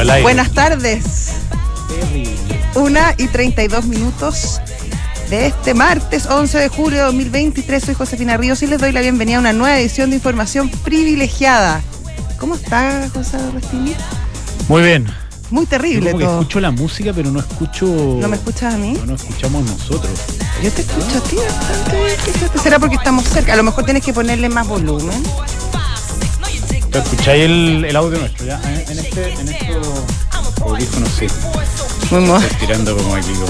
al aire. Buenas tardes. Una y 32 minutos de este martes 11 de julio de 2023. Soy Josefina Ríos y les doy la bienvenida a una nueva edición de Información Privilegiada. ¿Cómo está, José Agostini? Muy bien. Muy Yo terrible como que todo. escucho la música, pero no escucho. ¿No me escuchas a mí? No, no escuchamos nosotros. Yo te escucho a ti bastante bien, fíjate. ¿Será porque estamos cerca? A lo mejor tienes que ponerle más volumen. ¿Te escucháis el, el audio nuestro? ¿ya? En, en este, en estos audífonos sí. Muy mo- Estoy tirando como aquí. Como,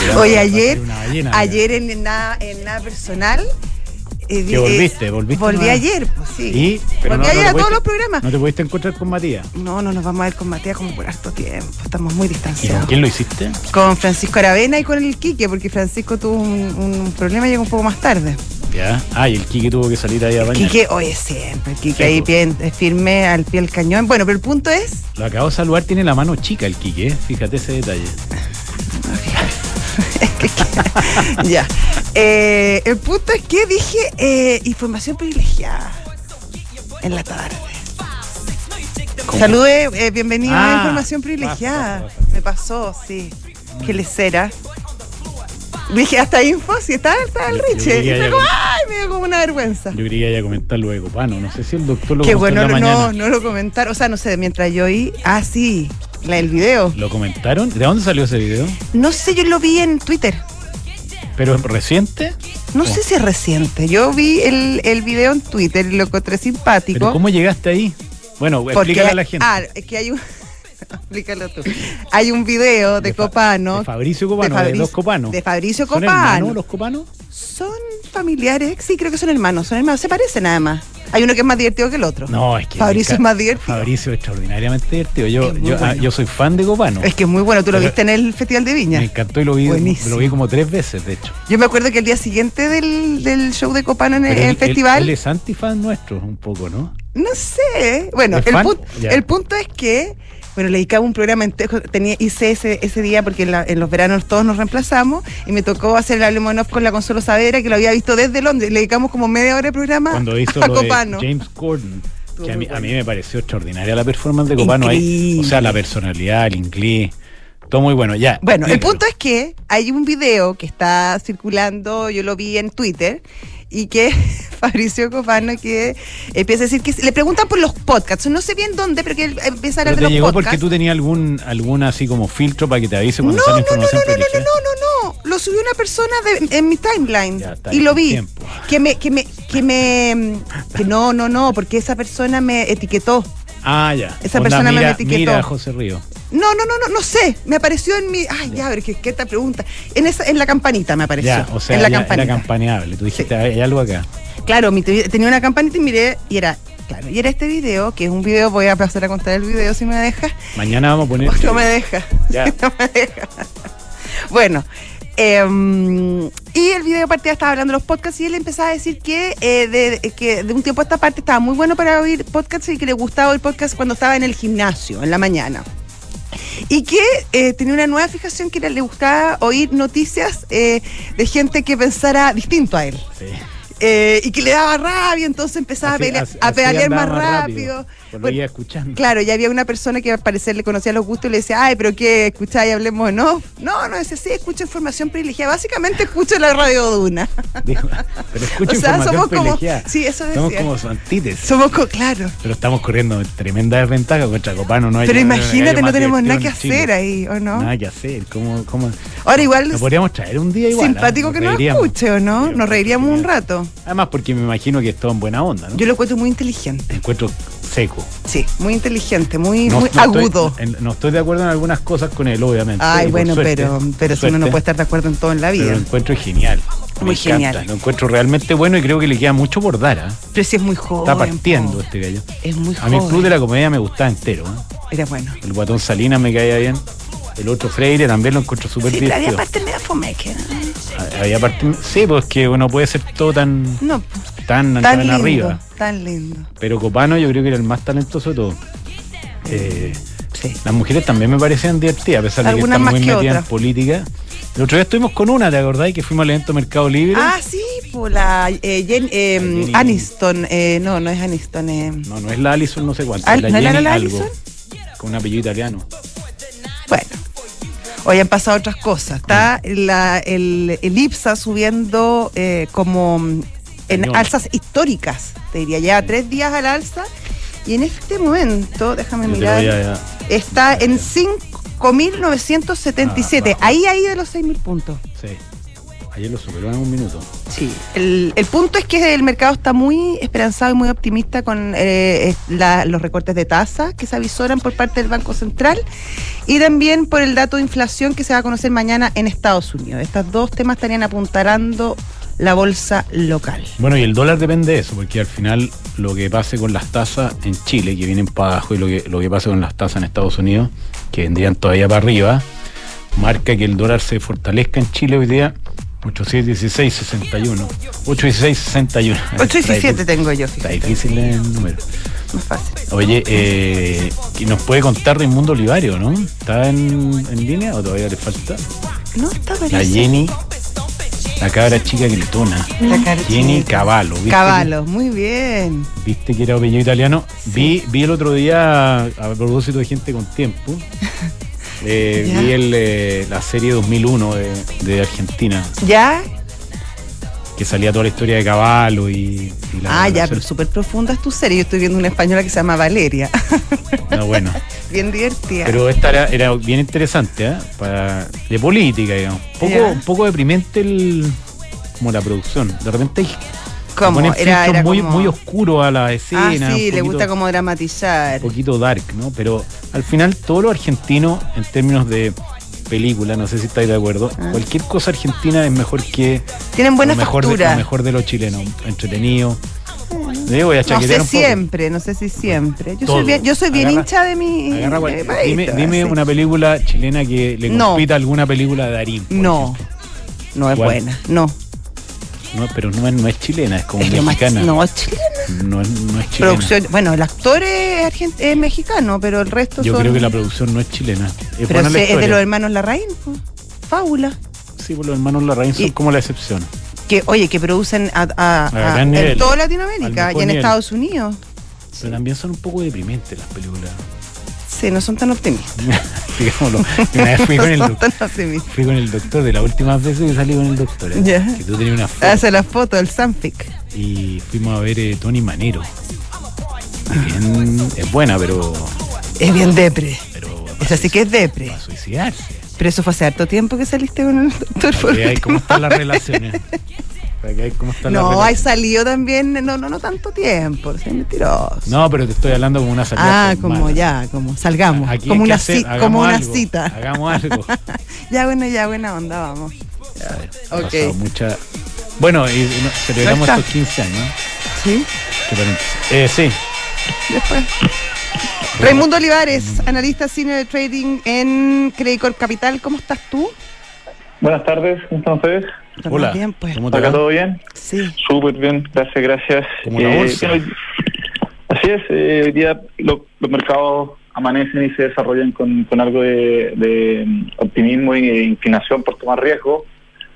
tirando Oye, como ayer, una ballena, ayer en nada, en nada personal. eh, vi- Que volviste, volviste Volví nomás. ayer, pues sí. Y, pero Volví no, no ayer te a todos pudiste- los programas. No te pudiste encontrar con Matías. No, no nos vamos a ver con Matías como por harto tiempo. Estamos muy ¿Y con distanciados. quién lo hiciste? Con Francisco Aravena y con el Quique, porque Francisco tuvo un, un problema y llegó un poco más tarde. Ya. Ah, y el Kiki tuvo que salir ahí a bañar. Quique, oye, siempre. El Quique ahí Siempre. bien, eh, firme al pie del cañón. Bueno, pero el punto es. Lo acabo de saludar, tiene la mano chica el Kiki, ¿eh? fíjate ese detalle. ya. Eh, el punto es que dije eh, información privilegiada en la tarde. ¿Cómo? Salude, eh, bienvenido a Ah, información privilegiada. Me pasó, sí. Qué lesera. Dije hasta info, si está, está el Yo- yo Richie. Y llegué fue a- como, ay, me dio como una vergüenza. Yo quería ya comentar luego, Copano. No sé si el doctor lo Qué comentó en la bueno, no, mañana. no, no lo comentaron. O sea, no sé, mientras yo oí. Ah, sí, la del video. ¿Lo comentaron? ¿De dónde salió ese video? No sé, yo lo vi en Twitter. ¿Pero reciente? No Oh. sé si es reciente. Yo vi el, el video en Twitter y lo encontré simpático. ¿Pero cómo llegaste ahí? Bueno, Porque- explícale a la gente. Ah, es que hay un. explícalo tú. Hay un video de, De Fa- Copano. de Fabricio Copano, de, Fabriz- dos Copanos. de Fabricio ¿Son Copano. hermanos los Copanos? Son familiares. Sí, creo que son hermanos. Son hermanos. Se parecen nada más. Hay uno que es más divertido que el otro. No, es que... Fabricio me encanta- es más divertido. Fabricio es extraordinariamente divertido. Yo, Es muy yo, ah, bueno. yo soy fan de Copano. Es que es muy bueno. Tú lo Pero- viste en el Festival de Viña. Me encantó y lo vi, Buenísimo. lo vi como tres veces, de hecho. Yo me acuerdo que el día siguiente del, del show de Copano en el, Pero en el él- él- festival. Él, es antifan nuestro, un poco, ¿no? No sé. Bueno, ¿Es el, fan? pun- Ya. el punto es que, bueno, le dedicaba un programa entero, tenía, hice ese, ese día porque en, la- en los veranos todos nos reemplazamos y me tocó hacer el Hablemos en Off con la Consuelo Savera, que lo había visto desde Londres. Le dedicamos como media hora de programa Cuando hizo Ah, a lo de Copano. James Corden. Estuvo Que a, mí, muy a bueno. mí me pareció extraordinaria la performance de Copano ahí. O sea, la personalidad, el inglés, todo muy bueno. Ya. Bueno, el explícalo. punto es que hay un video que está circulando, yo lo vi en Twitter, y que Fabricio Copano que empieza a decir que le preguntan por los podcasts, no sé bien dónde, pero que él empieza a Pero hablar de te los llegó podcasts. porque tú tenías algún, algún así como filtro para que te avise No, no, cuando no, sale no, no, no, información no, privilegiada? no, no, no. Lo subió una persona de- en mi timeline Ya está, y lo en vi. tiempo. Que me, que me, que me, que no, no, no, porque esa persona me etiquetó. Ah, ya. Esa persona me mira, etiquetó. Mira a José Río. No, no, no, no, no sé. Me apareció en mi, ay, ya, pero es que qué esta pregunta. En esa, en la campanita me apareció. Ya, o sea, en la ya campanita. era campaneable. Tú dijiste, Sí. "Ah, hay algo acá. Claro, mi te- tenía una campanita y miré y era, claro, y era este video que es un video. Voy a pasar a contar el video si me dejas. Mañana vamos a poner. No me deja. Ya. No me deja. Bueno. em, y el video de partida estaba hablando de los podcasts y él empezaba a decir que, eh, de, que de un tiempo a esta parte estaba muy bueno para oír podcasts y que le gustaba oír podcasts cuando estaba en el gimnasio, en la mañana. Y que eh, tenía una nueva fijación que era, le gustaba oír noticias eh, de gente que pensara distinto a él. Sí. Eh, y que le daba rabia, entonces empezaba Así- a, pelea- así- a así pedalear andaba más rápido. Por lo Bueno, iba escuchando. Claro, ya había una persona que al parecer le conocía los gustos y le decía, ay, pero ¿qué escucháis? Hablemos, ¿no? No, no, decía, sí, escucho información privilegiada. Básicamente escucho la radio Duna. Dijo, pero escucho O sea, información somos como- privilegiada. sí, eso Somos decía. como su antítesis. Somos, co- claro. Pero estamos corriendo tremenda desventaja contra Copano. No hay, Pero no hay- imagínate, hay no más tenemos nada que divertido en hacer Chile. ahí, ¿o no? Nada que hacer. ¿Cómo, cómo? Ahora igual Lo podríamos traer un día igual. ¿ah? simpático que nos reiríamos. escuche, ¿o no? Sí, Nos reiríamos un genial. rato. Además, porque me imagino que es todo en buena onda, ¿no? Yo lo encuentro muy inteligente. Te encuentro seco. Sí, muy inteligente, muy, No- muy no estoy- agudo. en- no estoy de acuerdo en algunas cosas con él, obviamente. y Ay, por bueno, suerte, pero, por pero si uno no suerte, puede estar de acuerdo en todo en la pero vida. lo encuentro genial. Me Muy encanta, genial. Lo encuentro realmente bueno y creo que le queda mucho por dar. ¿ah? Pero si es muy joven. Está partiendo po. este gallo. Es muy A mí el club de joven. la comedia me gustaba entero. ¿ah? Era bueno. El guatón Salinas me caía bien. El otro Freire también lo encuentro súper Sí, pero había divertido. parte media fomeque. ¿eh? ¿no? Había parte- Sí, pues que uno puede ser todo tan, No, tan, tan, tan lindo, arriba. tan lindo. Pero Copano yo creo que era el más talentoso de todos. Eh, Sí. las mujeres también me parecían divertidas, a pesar de que Algunas están más muy que metidas en otras. política. El otro día estuvimos con una, ¿te acordás? Que fuimos al evento Mercado Libre. Ah, sí, por la eh, Jen- eh, Jenny- Aniston. eh, no, no es Aniston. eh, No, no es la Alison, no sé cuánto. Al- es la ¿no era Jenny la algo. Alison? Con un apellido italiano. Bueno. Hoy han pasado otras cosas. Ah. Está la, el, el IPSA subiendo eh, como en Cañón. alzas históricas, te diría. Ya tres días al alza. Y en este momento, déjame Yo te mirar, voy a- a- está en ya. 5.977. Ah, bajo. ahí, ahí de los 6.000 puntos. Sí. Ayer lo superó en un minuto. Sí, el, el punto es que el mercado está muy esperanzado y muy optimista con eh, es- la- los recortes de tasas que se avisoran por parte del Banco Central y también por el dato de inflación que se va a conocer mañana en Estados Unidos. Estos dos temas estarían apuntalando la bolsa local. Bueno, y el dólar depende de eso, porque al final lo que pase con las tasas en Chile, que vienen para abajo, y lo que, lo que pase con las tasas en Estados Unidos, que vendrían todavía para arriba, marca que el dólar se fortalezca en Chile hoy día. 8.16.61. 8.16.61. 817 tengo yo, Está fíjate. difícil el número. Más fácil. Oye, eh, ¿y nos puede contar Raimundo Olivario, ¿no? ¿Está en, en línea o todavía le falta? No está La parece. Jenny, la cabra chica gritona. La cara Jenny chica. Cavallo. ¿viste? Cavallo, muy bien. Viste que era apellido italiano. Vi, vi el otro día, a propósito de gente con tiempo, eh, Ya. vi el, eh, la serie 2001 de, de Argentina, ¿Ya? que salía toda la historia de Caballo y, y la. ah, ya, relación. pero súper profunda es tu serie. Yo estoy viendo una española que se llama Valeria. No, bueno. bien divertida. Pero esta era, era bien interesante, ¿eh? Para, de política, digamos. Un poco, Ya. un poco deprimente el, como la producción. De repente hay- ¿Cómo? ponen filtros muy, como- muy oscuro a la escena. Ah, sí, un le poquito- gusta como dramatizar. un poquito dark, ¿no? Pero al final todo lo argentino en términos de película, no sé si estáis de acuerdo, Ah. cualquier cosa argentina es mejor que Tienen buena lo mejor, de, factura. lo mejor de los chilenos, entretenido. Le voy a no chaquetear sé un poco. siempre, no sé si siempre. Yo Todo. soy bien, yo soy bien Agarra- hincha de mi. Agarra cual- de mi país, dime así. dime una película chilena que le No. compita a alguna película de Darín. por No, no es ¿Cuál? buena. No. ejemplo. No, pero no es, no es chilena, es como es lo más- mexicana. no, chilena. No, es- no es chilena. Producción. Bueno, el actor es, argent- es mexicano, pero el resto Yo son. creo que la producción no es chilena. Es pero buena se- la es de historia. los hermanos Larraín. po. Fábula. Sí, pues los hermanos Larraín son Y- como la excepción. Que, oye, que producen a- a- a- gran en nivel. toda Al Latinoamérica mejor y en nivel. Estados Unidos. Pero también son un poco deprimentes las películas. Sí, no son tan optimistas. digámoslo. Una vez fui No con, el son doc- tan optimistas. fui con el doctor, de las últimas veces que salí con el doctor, ¿eh? Ya. Ah, que tú tenías una foto, Hace las fotos del Sanfic. y fuimos a ver eh, Tony Manero. Bien, es buena, pero, Es bien depre. pero va Esa sí que es depre. a suicidarse. Pero eso fue hace harto tiempo que saliste con el doctor. Para por que veáis cómo última están las vez. relaciones. Para que veáis cómo están las No, ahí relaciones. salió también, no, no, no tanto tiempo, soy mentiroso. No, pero te estoy hablando como una salida. ah, como formal. ya, como salgamos, Aquí hay como que una, hacer- ci- hagamos como una algo, cita. Hagamos algo. Ya bueno, ya buena onda, vamos. A ver, ha Ok. pasado mucha... Bueno, y, y no- celebramos está. estos 15 años. ¿no? Sí, Qué paréntesis. Eh, sí. después. Raimundo Olivares, analista senior de trading en Credicorp Capital, ¿cómo estás tú? Buenas tardes, ¿cómo están ustedes? Estamos Hola. Bien, pues. ¿Cómo te ¿Acá va? todo bien? Sí. Súper bien, gracias, gracias. Como la bolsa. bien, hoy- así es, eh, hoy día lo- los mercados amanecen y se desarrollan con, con algo de, de, mm, optimismo e inclinación por tomar riesgo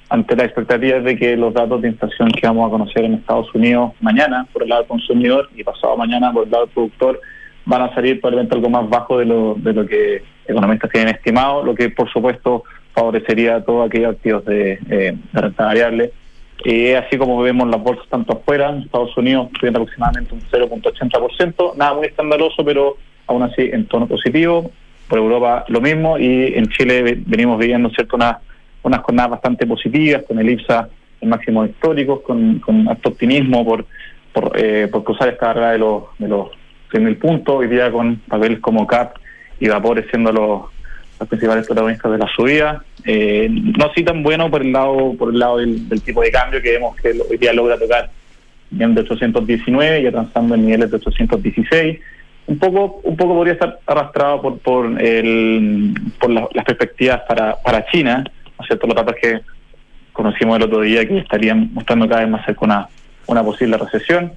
ante las expectativas de que los datos de inflación que vamos a conocer en Estados Unidos mañana por el lado del consumidor y pasado mañana por el lado del productor van a salir probablemente algo más bajo de lo, de lo que economistas tienen estimado, lo que por supuesto favorecería a todos aquellos activos de, eh, de renta variable. Eh, así como vemos las bolsas tanto afuera, en Estados Unidos subiendo aproximadamente un 0.80%, nada muy escandaloso, pero aún así en tono positivo, por Europa lo mismo, y en Chile ve- venimos viviendo ¿cierto? Una, unas jornadas bastante positivas, con el IPSA en máximos históricos, con, con harto optimismo por, por, eh, por cruzar esta barrera de los, de los 100.000 puntos, hoy día con papeles como CAP y Vapores siendo los, los principales protagonistas de la subida. Eh, no así tan bueno por el lado por el lado del, del tipo de cambio que vemos que hoy día logra tocar bien de 819 y alcanzando en niveles de 816. Un poco un poco podría estar arrastrado por por, el, por la- las perspectivas para, para China, ¿no es cierto? Los datos que conocimos el otro día que estarían mostrando cada vez más cerca una, una posible recesión.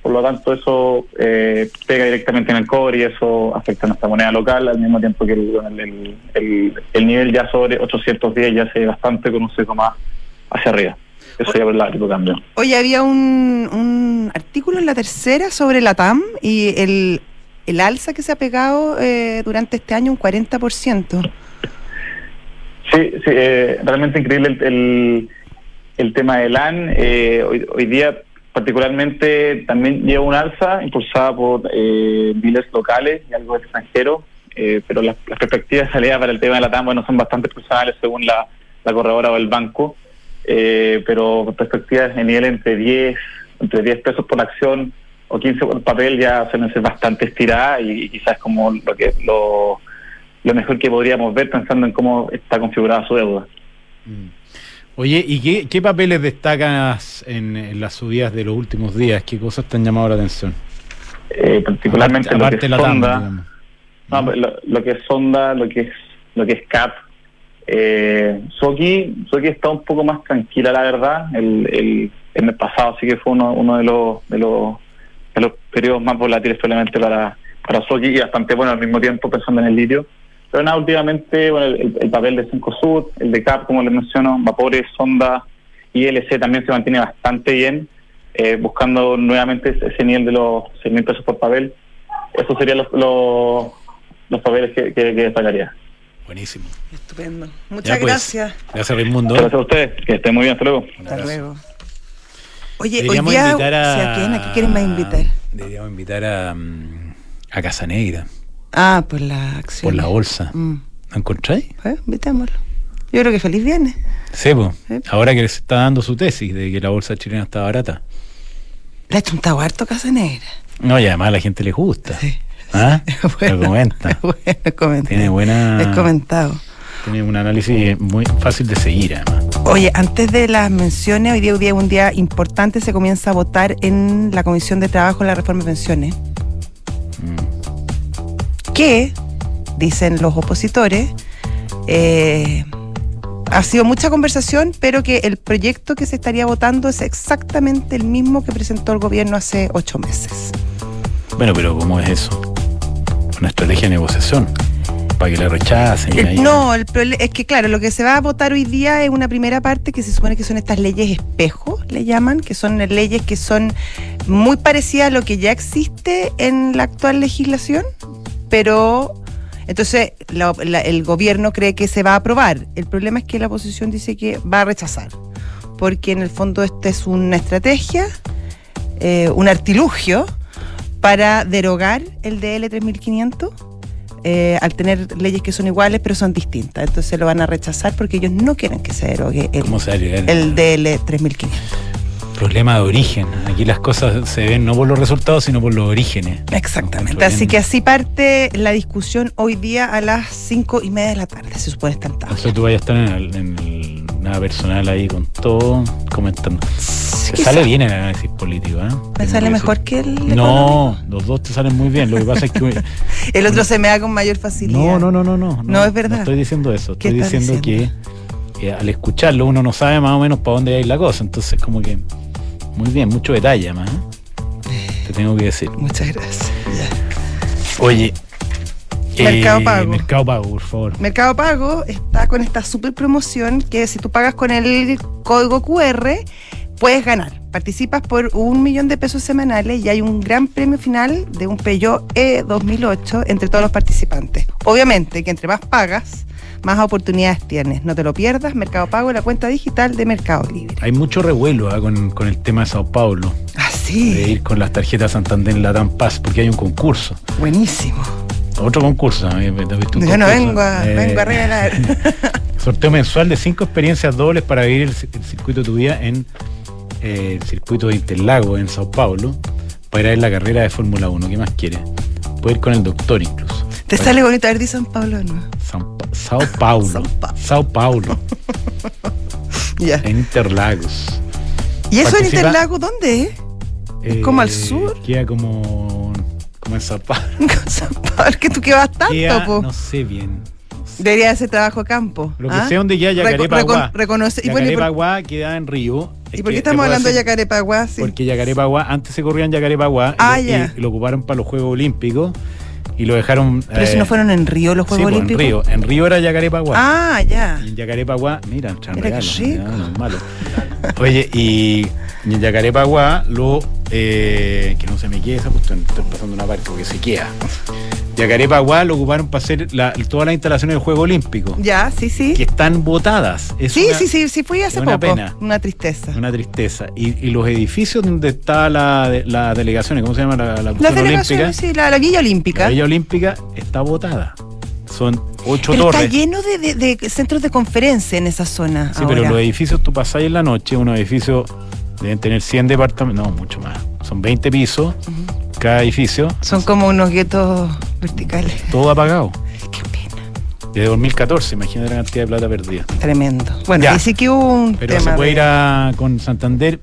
Por lo tanto, eso eh, pega directamente en el cobre y eso afecta a nuestra moneda local, al mismo tiempo que el, el- el- el nivel ya sobre 810 ya se ve bastante con un seco más hacia arriba. Eso ya por el lado del tipo de cambio. Oye, había un, un artículo en la tercera sobre la TAM y el, el alza que se ha pegado eh, durante este año un 40%. Sí, sí eh, realmente increíble el, el, el tema del LAN. Eh, hoy, hoy, día particularmente también lleva un alza impulsada por eh, dealers locales y algo extranjero, eh, pero las, las, perspectivas de salida para el tema de la TAM bueno, son bastante personales según la, la corredora o el banco, Eh, pero perspectivas de nivel entre 10, entre 10 pesos por acción o 15 por papel ya suelen ser bastante estirada y, y quizás como lo que lo, lo mejor que podríamos ver pensando en cómo está configurada su deuda. Oye, ¿y qué, qué papeles destacas en, en, las subidas de los últimos días? ¿Qué cosas te han llamado la atención? Eh, particularmente aparte, aparte lo que es Sonda, tanda, no, lo, lo, que es Sonda, lo que es, lo que es CAP. Eh, Soki, Soki está un poco más tranquila, la verdad. El, el, en el pasado sí que fue uno, uno de, los, de, los, de los periodos más volátiles probablemente para, para Soki y bastante bueno al mismo tiempo pensando en el litio. Pero nada, últimamente, bueno, el, el papel de Cencosud, el de CAP, como les menciono, Vapores, Sonda, ILC también se mantiene bastante bien, eh, buscando nuevamente ese nivel de los 6 mil pesos por papel. Esos serían los, los, los papeles que, que, que, destacaría. Buenísimo. Estupendo. Muchas ya, pues, gracias. Gracias, Raimundo. Gracias a ustedes. Que estén muy bien. Hasta luego. Hasta luego. Oye, deberíamos hoy día, invitar a, o sea, ¿quién, ¿a qué quieren más invitar? Deberíamos invitar a, mm, a Casanegra. Ah, por la acción. Por la bolsa. Mm. ¿La encontráis? Eh, invitémoslo. Yo creo que feliz viene. Sebo, eh. ahora que se está dando su tesis de que la bolsa chilena está barata. La ha chuntado harto Casa Negra. No, y además a la gente le gusta. Sí. ¿Ah? bueno, Lo comenta. Bueno, Tiene buena. Es comentado. Tiene un análisis muy fácil de seguir, además. Oye, antes de las menciones, hoy día, hoy día es un día importante, se comienza a votar en la Comisión de Trabajo la reforma de pensiones. Mm que, dicen los opositores, eh, ha sido mucha conversación, pero que el proyecto que se estaría votando es exactamente el mismo que presentó el gobierno hace ocho meses. Bueno, pero ¿cómo es eso? Una estrategia de negociación. Para que la rechacen. El, ahí, Eh, no, el es que claro, lo que se va a votar hoy día es una primera parte que se supone que son estas leyes espejo, le llaman, que son leyes que son muy parecidas a lo que ya existe en la actual legislación, pero entonces la, la, el gobierno cree que se va a aprobar. El problema es que la oposición dice que va a rechazar, porque en el fondo esta es una estrategia, eh, un artilugio para derogar el DL 3500. Eh, al tener leyes que son iguales pero son distintas, entonces lo van a rechazar porque ellos no quieren que se derogue el, se el, el DL 3500 problema de origen. Aquí las cosas se ven no por los resultados, sino por los orígenes. Exactamente. Así que así parte la discusión hoy día a las cinco y media de la tarde, se supone estar tarde. O sea, tú vayas a estar en, el, en nada personal ahí con todo, comentando. Sí, te sale bien el análisis político, ¿eh? Me sale que mejor que el. No, económico? los dos te salen muy bien. Lo que pasa es que. el otro se me da con mayor facilidad. No, no, no, no. No, no, no es verdad. No estoy diciendo eso. Estoy diciendo, diciendo, que. Eh, al escucharlo uno no sabe más o menos para dónde va a ir la cosa, entonces como que muy bien, mucho detalle más. ¿eh? Te tengo que decir. Muchas gracias. Ya. Oye. Mercado eh, Pago. Mercado Pago, por favor. Mercado Pago está con esta super promoción que si tú pagas con el código QR, puedes ganar. Participas por un millón de pesos semanales y hay un gran premio final de un Peugeot E 2008 entre todos los participantes. Obviamente que entre más pagas, más oportunidades tienes. No te lo pierdas, Mercado Pago, la cuenta digital de Mercado Libre. Hay mucho revuelo ¿eh? con, con, el tema de Sao Paulo. Ah, sí. De ir con las tarjetas Santander en la Dan Paz, porque hay un concurso. Buenísimo. Otro concurso. ¿eh? Un Yo concurso? no vengo a, eh, vengo a regalar. sorteo mensual de cinco experiencias dobles para vivir el, el circuito de tu vida en eh, el circuito de Interlago, en Sao Paulo, para ir a la carrera de Fórmula 1. ¿Qué más quieres? Puedes ir con el doctor incluso. Te Oye. sale bonito haber dicho San Pablo, ¿no? San pa Sao Paulo. Sao, pa Sao Paulo. yeah. En Interlagos. ¿Y eso Participa... en Interlagos dónde es? Eh, ¿Es como al sur? Queda como, como en Sao Paulo. San Pablo, que tú que vas tanto, queda, po. No sé bien. No sé. Debería hacer trabajo a campo. Lo que ¿Ah? sé donde ya Yacarepaguá. Recon Yacarepaguá queda en Río. Es ¿Y por qué estamos hablando de Yacarepaguá? Sí. Porque Yacarepaguá, antes se corrían Yacarepaguá ah, y, yeah. y lo ocuparon para los Juegos Olímpicos y lo dejaron. Pero si no fueron en Río los Juegos eh, sí, pues, Olímpicos. en Río. En Río era Yacarepaguá. Ah, ya. Y en Yacarepaguá, mira, entran Mira qué regalos, rico. mira, no es malo. Oye, y, y en Yacarepaguá, lo. eh, que no se me quede esa cuestión, estoy pasando una parte porque se queda. Yacarepaguá lo ocuparon para hacer la- todas las instalaciones del Juego Olímpico, Ya, sí, sí. que están botadas. Es Sí, una- sí, sí, sí, fui hace una poco. pena. Una tristeza. Una tristeza. Y, y los edificios donde está la, de- la delegación, ¿cómo se llama? La, la Las cuestión olímpica. delegaciones, sí, la, la Villa Olímpica. La Villa Olímpica está botada. Son ocho pero torres. está lleno de, de- de centros de conferencia en esa zona. Sí, ahora. pero los edificios tú pasás en la noche, unos edificios deben tener 100 departamentos, no, mucho más. Son 20 pisos Ujú. cada edificio, Son como unos guetos verticales. todo apagado. Qué pena. Desde 2014, imagínate la cantidad de plata perdida. Tremendo. Bueno, Ya. ahí sí que hubo un Pero tema se puede de- ir a, con Santander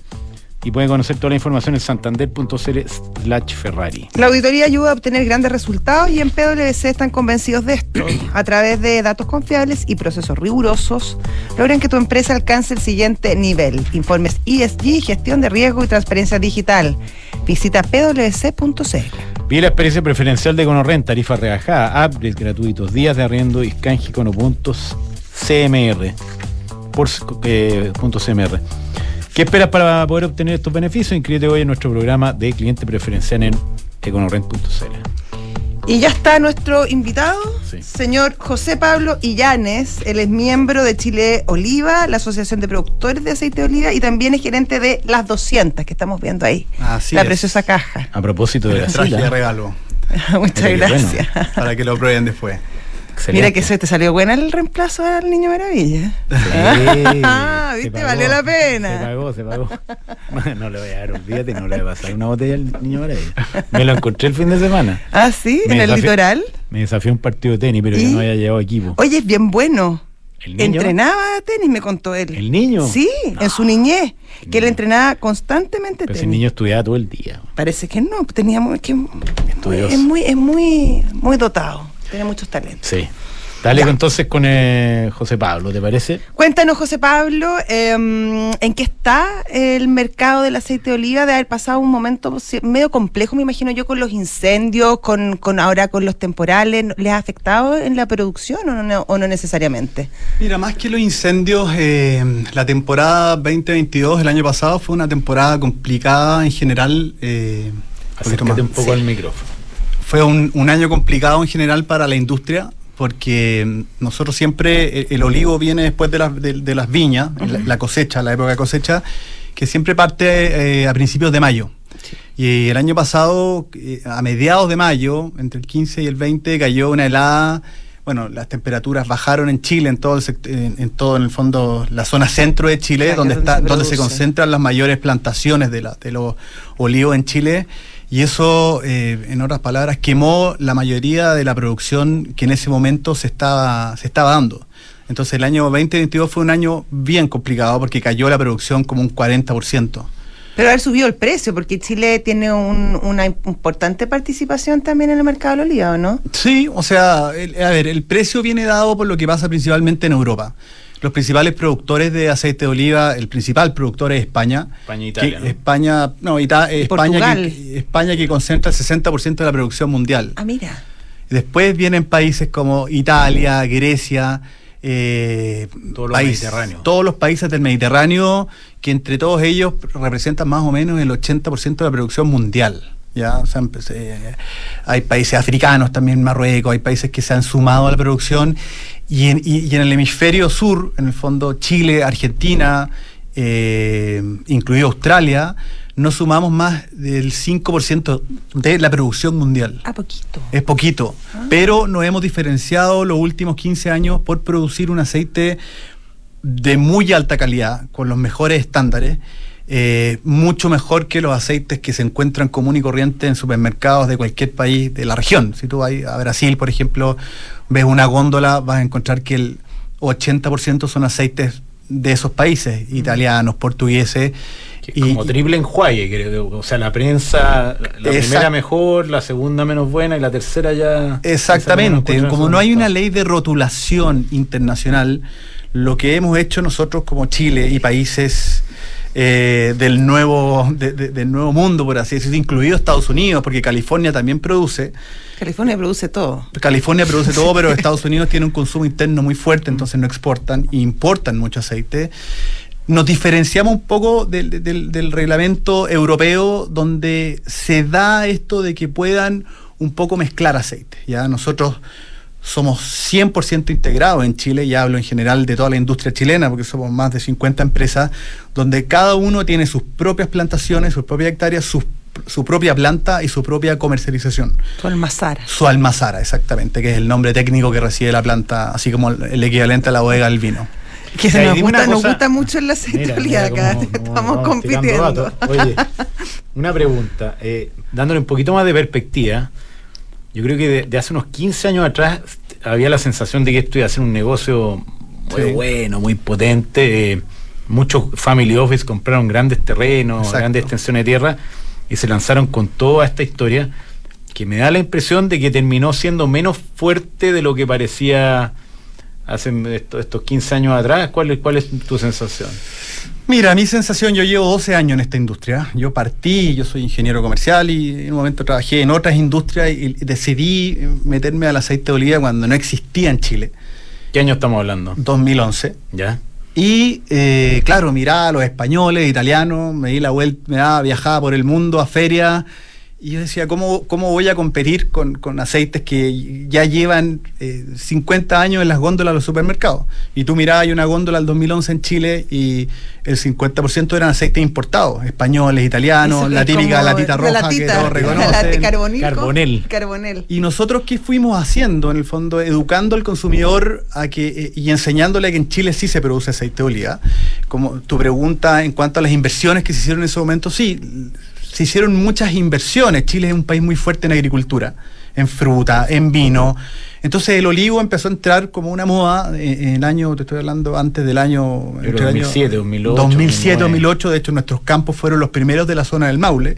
y puede conocer toda la información en santander.cl/slash Ferrari. La auditoría ayuda a obtener grandes resultados y en PwC están convencidos de esto. A través de datos confiables y procesos rigurosos, logran que tu empresa alcance el siguiente nivel. Informes ESG, gestión de riesgo y transparencia digital. Visita pwc.cl. Vive la experiencia preferencial de Conorrent, tarifa rebajada, upgrades gratuitos, días de arriendo y canje con puntos CMR. Por eh, puntos CMR. ¿Qué esperas para poder obtener estos beneficios? Inscríbete hoy en nuestro programa de cliente preferencial en econorrent.cl. Y ya está nuestro invitado, Sí. señor José Pablo Illanes. Él es miembro de Chile Oliva, la Asociación de Productores de Aceite de Oliva, y también es gerente de Las 200, que estamos viendo ahí. Así la es. preciosa caja. A propósito de Les la traje de cita, regalo Muchas Mira qué bueno. gracias. para que lo prueben después. Mira excelente. que se te salió buena el reemplazo al Niño Maravilla. Sí, Ah, se viste, pagó, valió la pena. Se pagó, se pagó. No le voy a dar, olvídate, no le voy a pasar una botella al niño maravilla. Me lo encontré el fin de semana. Ah, sí, Me en el desafi- litoral. Me desafió un partido de tenis, pero ¿Y? yo no había llevado equipo. Oye, es bien bueno. ¿El niño? Entrenaba tenis, me contó él. ¿El niño? Ah. Sí, en su niñez. Que él entrenaba constantemente Pero tenis. ese niño estudiaba todo el día. Parece que no, teníamos que es muy- Estudioso. es muy, es muy, muy dotado. Tiene muchos talentos. Sí. Dale Ya. entonces con eh, José Pablo, ¿te parece? Cuéntanos, José Pablo, eh, ¿en qué está el mercado del aceite de oliva? De haber pasado un momento si- medio complejo, me imagino yo, con los incendios, con, con ahora con los temporales. ¿Les ha afectado en la producción o no, o no necesariamente? Mira, más que los incendios, eh, la temporada 2022 del año pasado fue una temporada complicada en general. eh, porque Acércate un toma- poco al micrófono. Fue un, un año complicado en general para la industria porque mm, nosotros siempre, eh, el, el olivo viene después de las, de, de las viñas, la, la cosecha, la época de cosecha, que siempre parte eh, a principios de mayo. Y el año pasado, eh, a mediados de mayo, entre el 15 y el 20, cayó una helada. Bueno, las temperaturas bajaron en Chile, en todo el, sect- en, en todo, en el fondo, la zona centro de Chile, Claro, donde, donde está, se donde se produce. concentran las mayores plantaciones de, la- de los olivos en Chile. Y eso, eh, en otras palabras, quemó la mayoría de la producción que en ese momento se estaba, se estaba dando. Entonces el año 2022 fue un año bien complicado porque cayó la producción como un 40%. Pero haber subido el precio, porque Chile tiene un- una importante participación también en el mercado del oliva, ¿o no? Sí, o sea, el- a ver, el precio viene dado por lo que pasa principalmente en Europa. Los principales productores de aceite de oliva, el principal productor es España. España e que- Italia, ¿no? España, no, Ita- España, Portugal. que, España que concentra el 60% de la producción mundial. Ah, mira. Después vienen países como Italia, Grecia, eh, Todo lo mediterráneo. todos los países del Mediterráneo, que entre todos ellos representan más o menos el 80% de la producción mundial. ¿ya? O sea, empe- eh, hay países africanos también, Marruecos, hay países que se han sumado a la producción. Y en, y- y en el hemisferio sur, en el fondo Chile, Argentina, eh, incluido Australia, no sumamos más del 5% de la producción mundial. Ah, poquito. Es poquito, Ah. pero nos hemos diferenciado los últimos 15 años por producir un aceite de muy alta calidad, con los mejores estándares, eh, mucho mejor que los aceites que se encuentran común y corriente en supermercados de cualquier país de la región. Si tú vas a Brasil, por ejemplo, ves una góndola, vas a encontrar que el 80% son aceites de esos países, italianos, portugueses. Mm. Que es como triple enjuague, creo. que- O sea, la prensa, la la Exacto. primera mejor, la segunda menos buena y la tercera ya. Exactamente, Esa como no hay una resulta. ley de rotulación internacional, lo que hemos hecho nosotros como Chile y países eh, del, nuevo, de- de- del nuevo mundo, por así decirlo, incluido Estados Unidos, porque California también produce. California produce todo. California produce todo, pero Estados Unidos tiene un consumo interno muy fuerte, entonces no exportan e importan mucho aceite. Nos diferenciamos un poco del, del- del reglamento europeo, donde se da esto de que puedan un poco mezclar aceite. ¿ya? Nosotros somos 100% integrados en Chile, ya hablo en general de toda la industria chilena, porque somos más de 50 empresas, donde cada uno tiene sus propias plantaciones, sus propias hectáreas, sus- su propia planta y su propia comercialización. Todo el Mazara. Su almazara, exactamente, que es el nombre técnico que recibe la planta, así como el el equivalente a la bodega del vino. Que se Ya, y nos dime una gusta, nos cosa. gusta mucho el aceite Mira, de mira acá. cómo- cómo Estamos vamos tirando compitiendo. datos. Oye, una pregunta, eh, dándole un poquito más de perspectiva, yo creo que de, de hace unos 15 años atrás había la sensación de que esto iba a ser un negocio muy Sí. bueno, muy potente. eh, muchos family office compraron grandes terrenos, Exacto. grandes extensiones de tierra y se lanzaron con toda esta historia que me da la impresión de que terminó siendo menos fuerte de lo que parecía hace esto- estos 15 años atrás. ¿Cuál, es- cuál es tu sensación? Mira, mi sensación, yo llevo 12 años en esta industria. Yo partí, yo soy ingeniero comercial y en un momento trabajé en otras industrias y decidí meterme al aceite de oliva cuando no existía en Chile, ¿Qué año estamos Ah. hablando? 2011. ¿Ya? Y eh, claro, miraba a los españoles, italianos, me di la vuelta, me daba, viajaba por el mundo a ferias. Y yo decía, ¿cómo, cómo voy a competir con, con aceites que ya llevan eh, 50 años en las góndolas de los supermercados? Y tú mirabas, hay una góndola del 2011 en Chile y el 50% eran aceites importados, españoles, italianos, Eso la es típica como latita la roja que latita, todos La reconocen. de carbonil. Carbonel. Carbonel. Y nosotros qué fuimos haciendo en el fondo, educando al consumidor a que eh, y enseñándole que en Chile sí se produce aceite de oliva. Como tu pregunta en cuanto a las inversiones que se hicieron en ese momento, sí, se hicieron muchas inversiones. Chile es un país muy fuerte en agricultura, en fruta, en vino. Entonces el olivo empezó a entrar como una moda eh, en el año, te estoy hablando antes del año Pero entre el año 2007, 2008, 2007, 2009. 2008, de hecho nuestros campos fueron los primeros de la zona del Maule,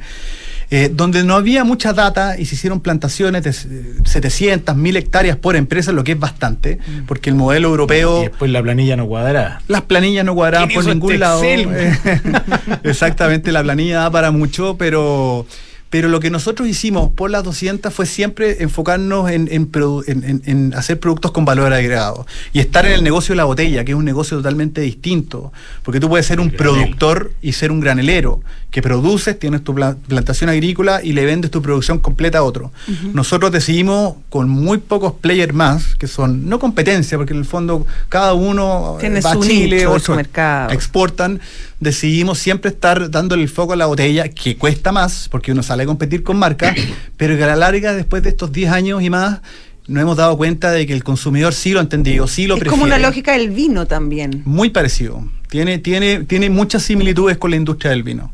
eh, donde no había mucha data y se hicieron plantaciones de eh, 700, 1000 hectáreas por empresa, lo que es bastante, porque el modelo Y europeo... después la planilla no cuadraba. Las planillas no cuadraban ¿Quién por hizo ningún este lado. Eh, Excel, güey? Exactamente, la planilla da para mucho, pero, pero lo que nosotros hicimos por las 200 fue siempre enfocarnos en, en produ- en- en- en hacer productos con valor agregado y estar en el negocio de la botella, que es un negocio totalmente distinto, porque tú puedes ser un Granel. productor y ser un granelero, que produces, tienes tu pla- plantación agrícola y le vendes tu producción completa a otro. Nosotros decidimos con muy pocos players más, que son no competencia, porque en el fondo cada uno Tiene va su a Chile, nicho, otro su mercado. exportan, decidimos siempre estar dándole el foco a la botella, que cuesta más, porque uno sale a competir con marcas, pero que a la larga, después de estos 10 años y más, nos hemos dado cuenta de que el consumidor sí lo ha entendido, sí lo es prefiere. como una lógica del vino también. Muy parecido. Tiene, tiene, tiene muchas similitudes con la industria del vino.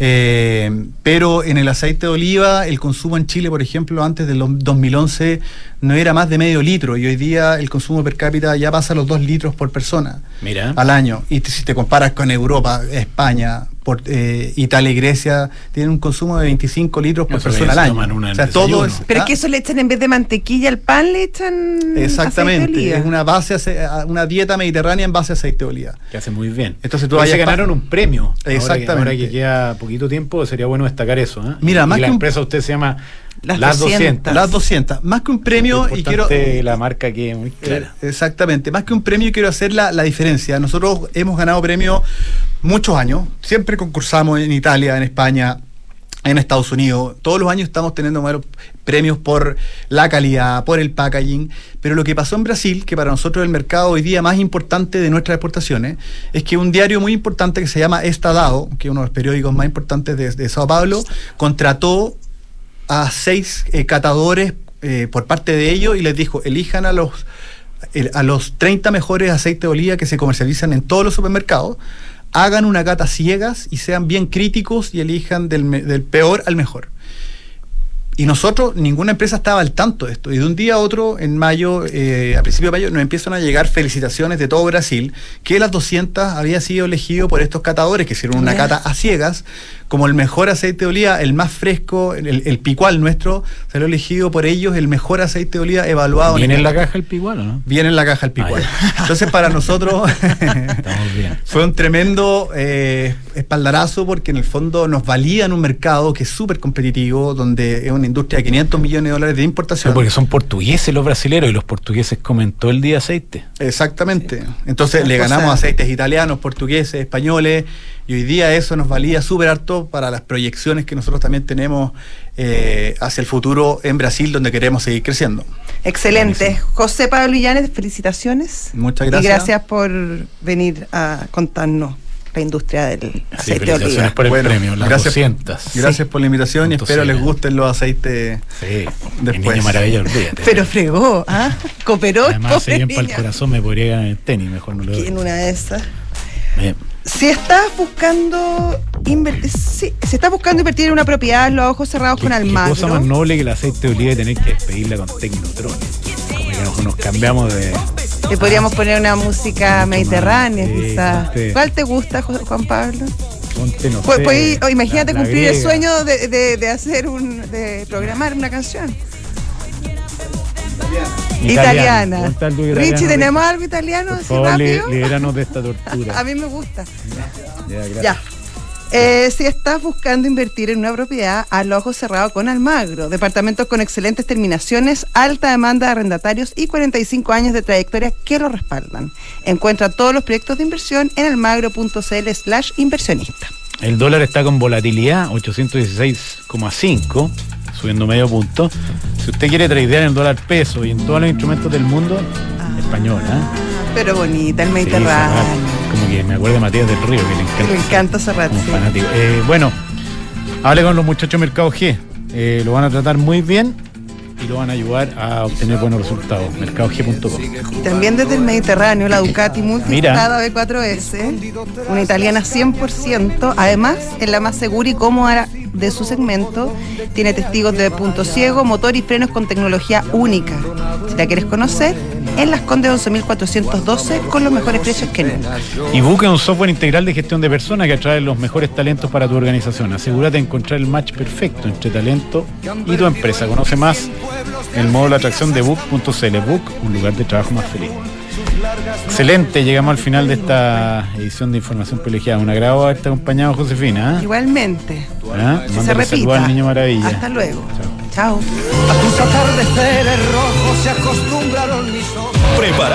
Eh, pero en el aceite de oliva, el consumo en Chile, por ejemplo, antes del 2011 no era más de medio litro y hoy día el consumo per cápita ya pasa los 2 litros por persona Mira. al año. Y te- si te comparas con Europa, España, por- eh, Italia y Grecia, tienen un consumo de 25 litros por Eso persona al es, año. toman una O en sea, el todo desayuno. es- Pero ¿ah? es que eso le echan en vez de mantequilla al pan, le echan. aceite de Exactamente, oliva. es una base, ace- a- una dieta mediterránea en base a aceite de oliva. Que hace muy bien. Entonces tú Hoy vayas se pa- ganaron un premio. Ahora que- Exactamente. Ahora que, queda poquito tiempo, sería bueno destacar eso. ¿eh? Mira, Y más la que un- empresa usted se llama Las Las, 200. 200. Las 200. Más que un premio, Lo y quiero. importante es La marca que es muy clara. Eh, Exactamente. Más que un premio, quiero hacer la, la diferencia. Nosotros hemos ganado premios muchos años. Siempre concursamos en Italia, en España, en Estados Unidos. Todos los años estamos teniendo bueno, premios por la calidad, por el packaging. Pero lo que pasó en Brasil, que para nosotros es el mercado hoy día más importante de nuestras exportaciones, es que un diario muy importante que se llama Estadado, que es uno de los periódicos más importantes de, de Sao Paulo, contrató a seis eh, catadores eh, por parte de ellos y les dijo, elijan a los, el- a los 30 mejores aceites de oliva que se comercializan en todos los supermercados, hagan una cata ciegas y sean bien críticos y elijan del, me- del peor al mejor. Y nosotros, ninguna empresa estaba al tanto de esto. Y de un día a otro, en mayo, eh, a principios de mayo, nos empiezan a llegar felicitaciones de todo Brasil, que las 200 había sido elegido por estos catadores que hicieron una Mira. cata a ciegas, como el mejor aceite de oliva, el más fresco, el, el picual nuestro, salió elegido por ellos el mejor aceite de oliva evaluado. ¿Viene en la caja? caja el pigual o no? Viene en la caja el picual. Entonces para nosotros Estamos bien. fue un tremendo eh, espaldarazo porque en el fondo nos valía en un mercado que es súper competitivo, donde es una industria de 500 millones de dólares de Sí, importación. porque son portugueses los brasileros y los portugueses comen todo el día aceite. Exactamente. Entonces Una le cosa- ganamos aceites italianos, portugueses, españoles, y hoy día eso nos valía súper harto para las proyecciones que nosotros también tenemos eh, hacia el futuro en Brasil, donde queremos seguir creciendo. Excelente. José Pablo Illanes, felicitaciones. Muchas gracias. Y gracias por venir a contarnos la industria del Sí, aceite de felicitaciones oliva. por el Bueno, premio, las gracias. 200. Gracias por la invitación y Punto espero les cero. gusten los aceites. Sí, Después. el niño maravilla, olvídate. Pero fregó, ¿ah? Cooperó. Además, si pobre bien para el niña. corazón me podría ganar el tenis, mejor no lo Que en doy. una de esas. Bien. Si estás buscando invertir, si, si estás buscando invertir en una propiedad, los ojos cerrados ¿Qué, con qué cosa más Almagro. noble que el aceite de oliva y tener que despedirla con tecnotrones. Como que nos, nos cambiamos de. Te podríamos poner una música Ah, Mucho más, mediterránea, sí, quizás. sí. ¿Cuál te gusta, Jo- Juan Pablo? Ponte, no Pues, sé, pues, o imagínate la- la cumplir el griega. sueño de, de- de hacer un, de programar una canción italiana. Ponte algo italiano, Richie, Richie. ¿tenemos algo italiano? Por así favor, li- rápido? libéranos de esta A tortura. mí me gusta. Ya, gracias. Ya. Eh, si estás buscando invertir en una propiedad, al ojo cerrado con Almagro. Departamentos con excelentes terminaciones, alta demanda de arrendatarios y 45 años de trayectoria que lo respaldan. Encuentra todos los proyectos de inversión en almagro.cl/slash inversionista. El dólar está con volatilidad 816,5, subiendo medio punto. Si usted quiere tradear en el dólar peso y en todos los instrumentos del mundo, español, ¿ah? Pero bonita, el Sí, Serrat. Mediterráneo. como que me acuerdo de Matías del Río, que le encanta. Le encanta Serrat, como sí. fanático. Eh, bueno, hable con los muchachos de Mercado G. Eh, lo van a tratar muy bien y lo van a ayudar a obtener buenos resultados. MercadoG.com. Y también desde el Mediterráneo, la Ducati Multistrada B4S, una italiana 100%, además es la más segura y cómoda de su segmento, tiene testigos de punto ciego, motor y frenos con tecnología única. Si la quieres conocer, en Las Condes 11.412 con los mejores precios que nunca. Y busca un software integral de gestión de personas que atrae los mejores talentos para tu organización. Asegúrate de encontrar el match perfecto entre talento y tu empresa. Conoce más el módulo de atracción de Book.cl. Book, un lugar de trabajo más feliz. Excelente, llegamos al final de esta edición de Información Privilegiada. Un agrado haberte acompañado, Josefina. ¿eh? Igualmente, ¿Ah? que se Mándale saludos repita. al niño maravilla. Hasta luego. Chao. A tus atardeceres rojos se acostumbraron mis ojos. Preparado.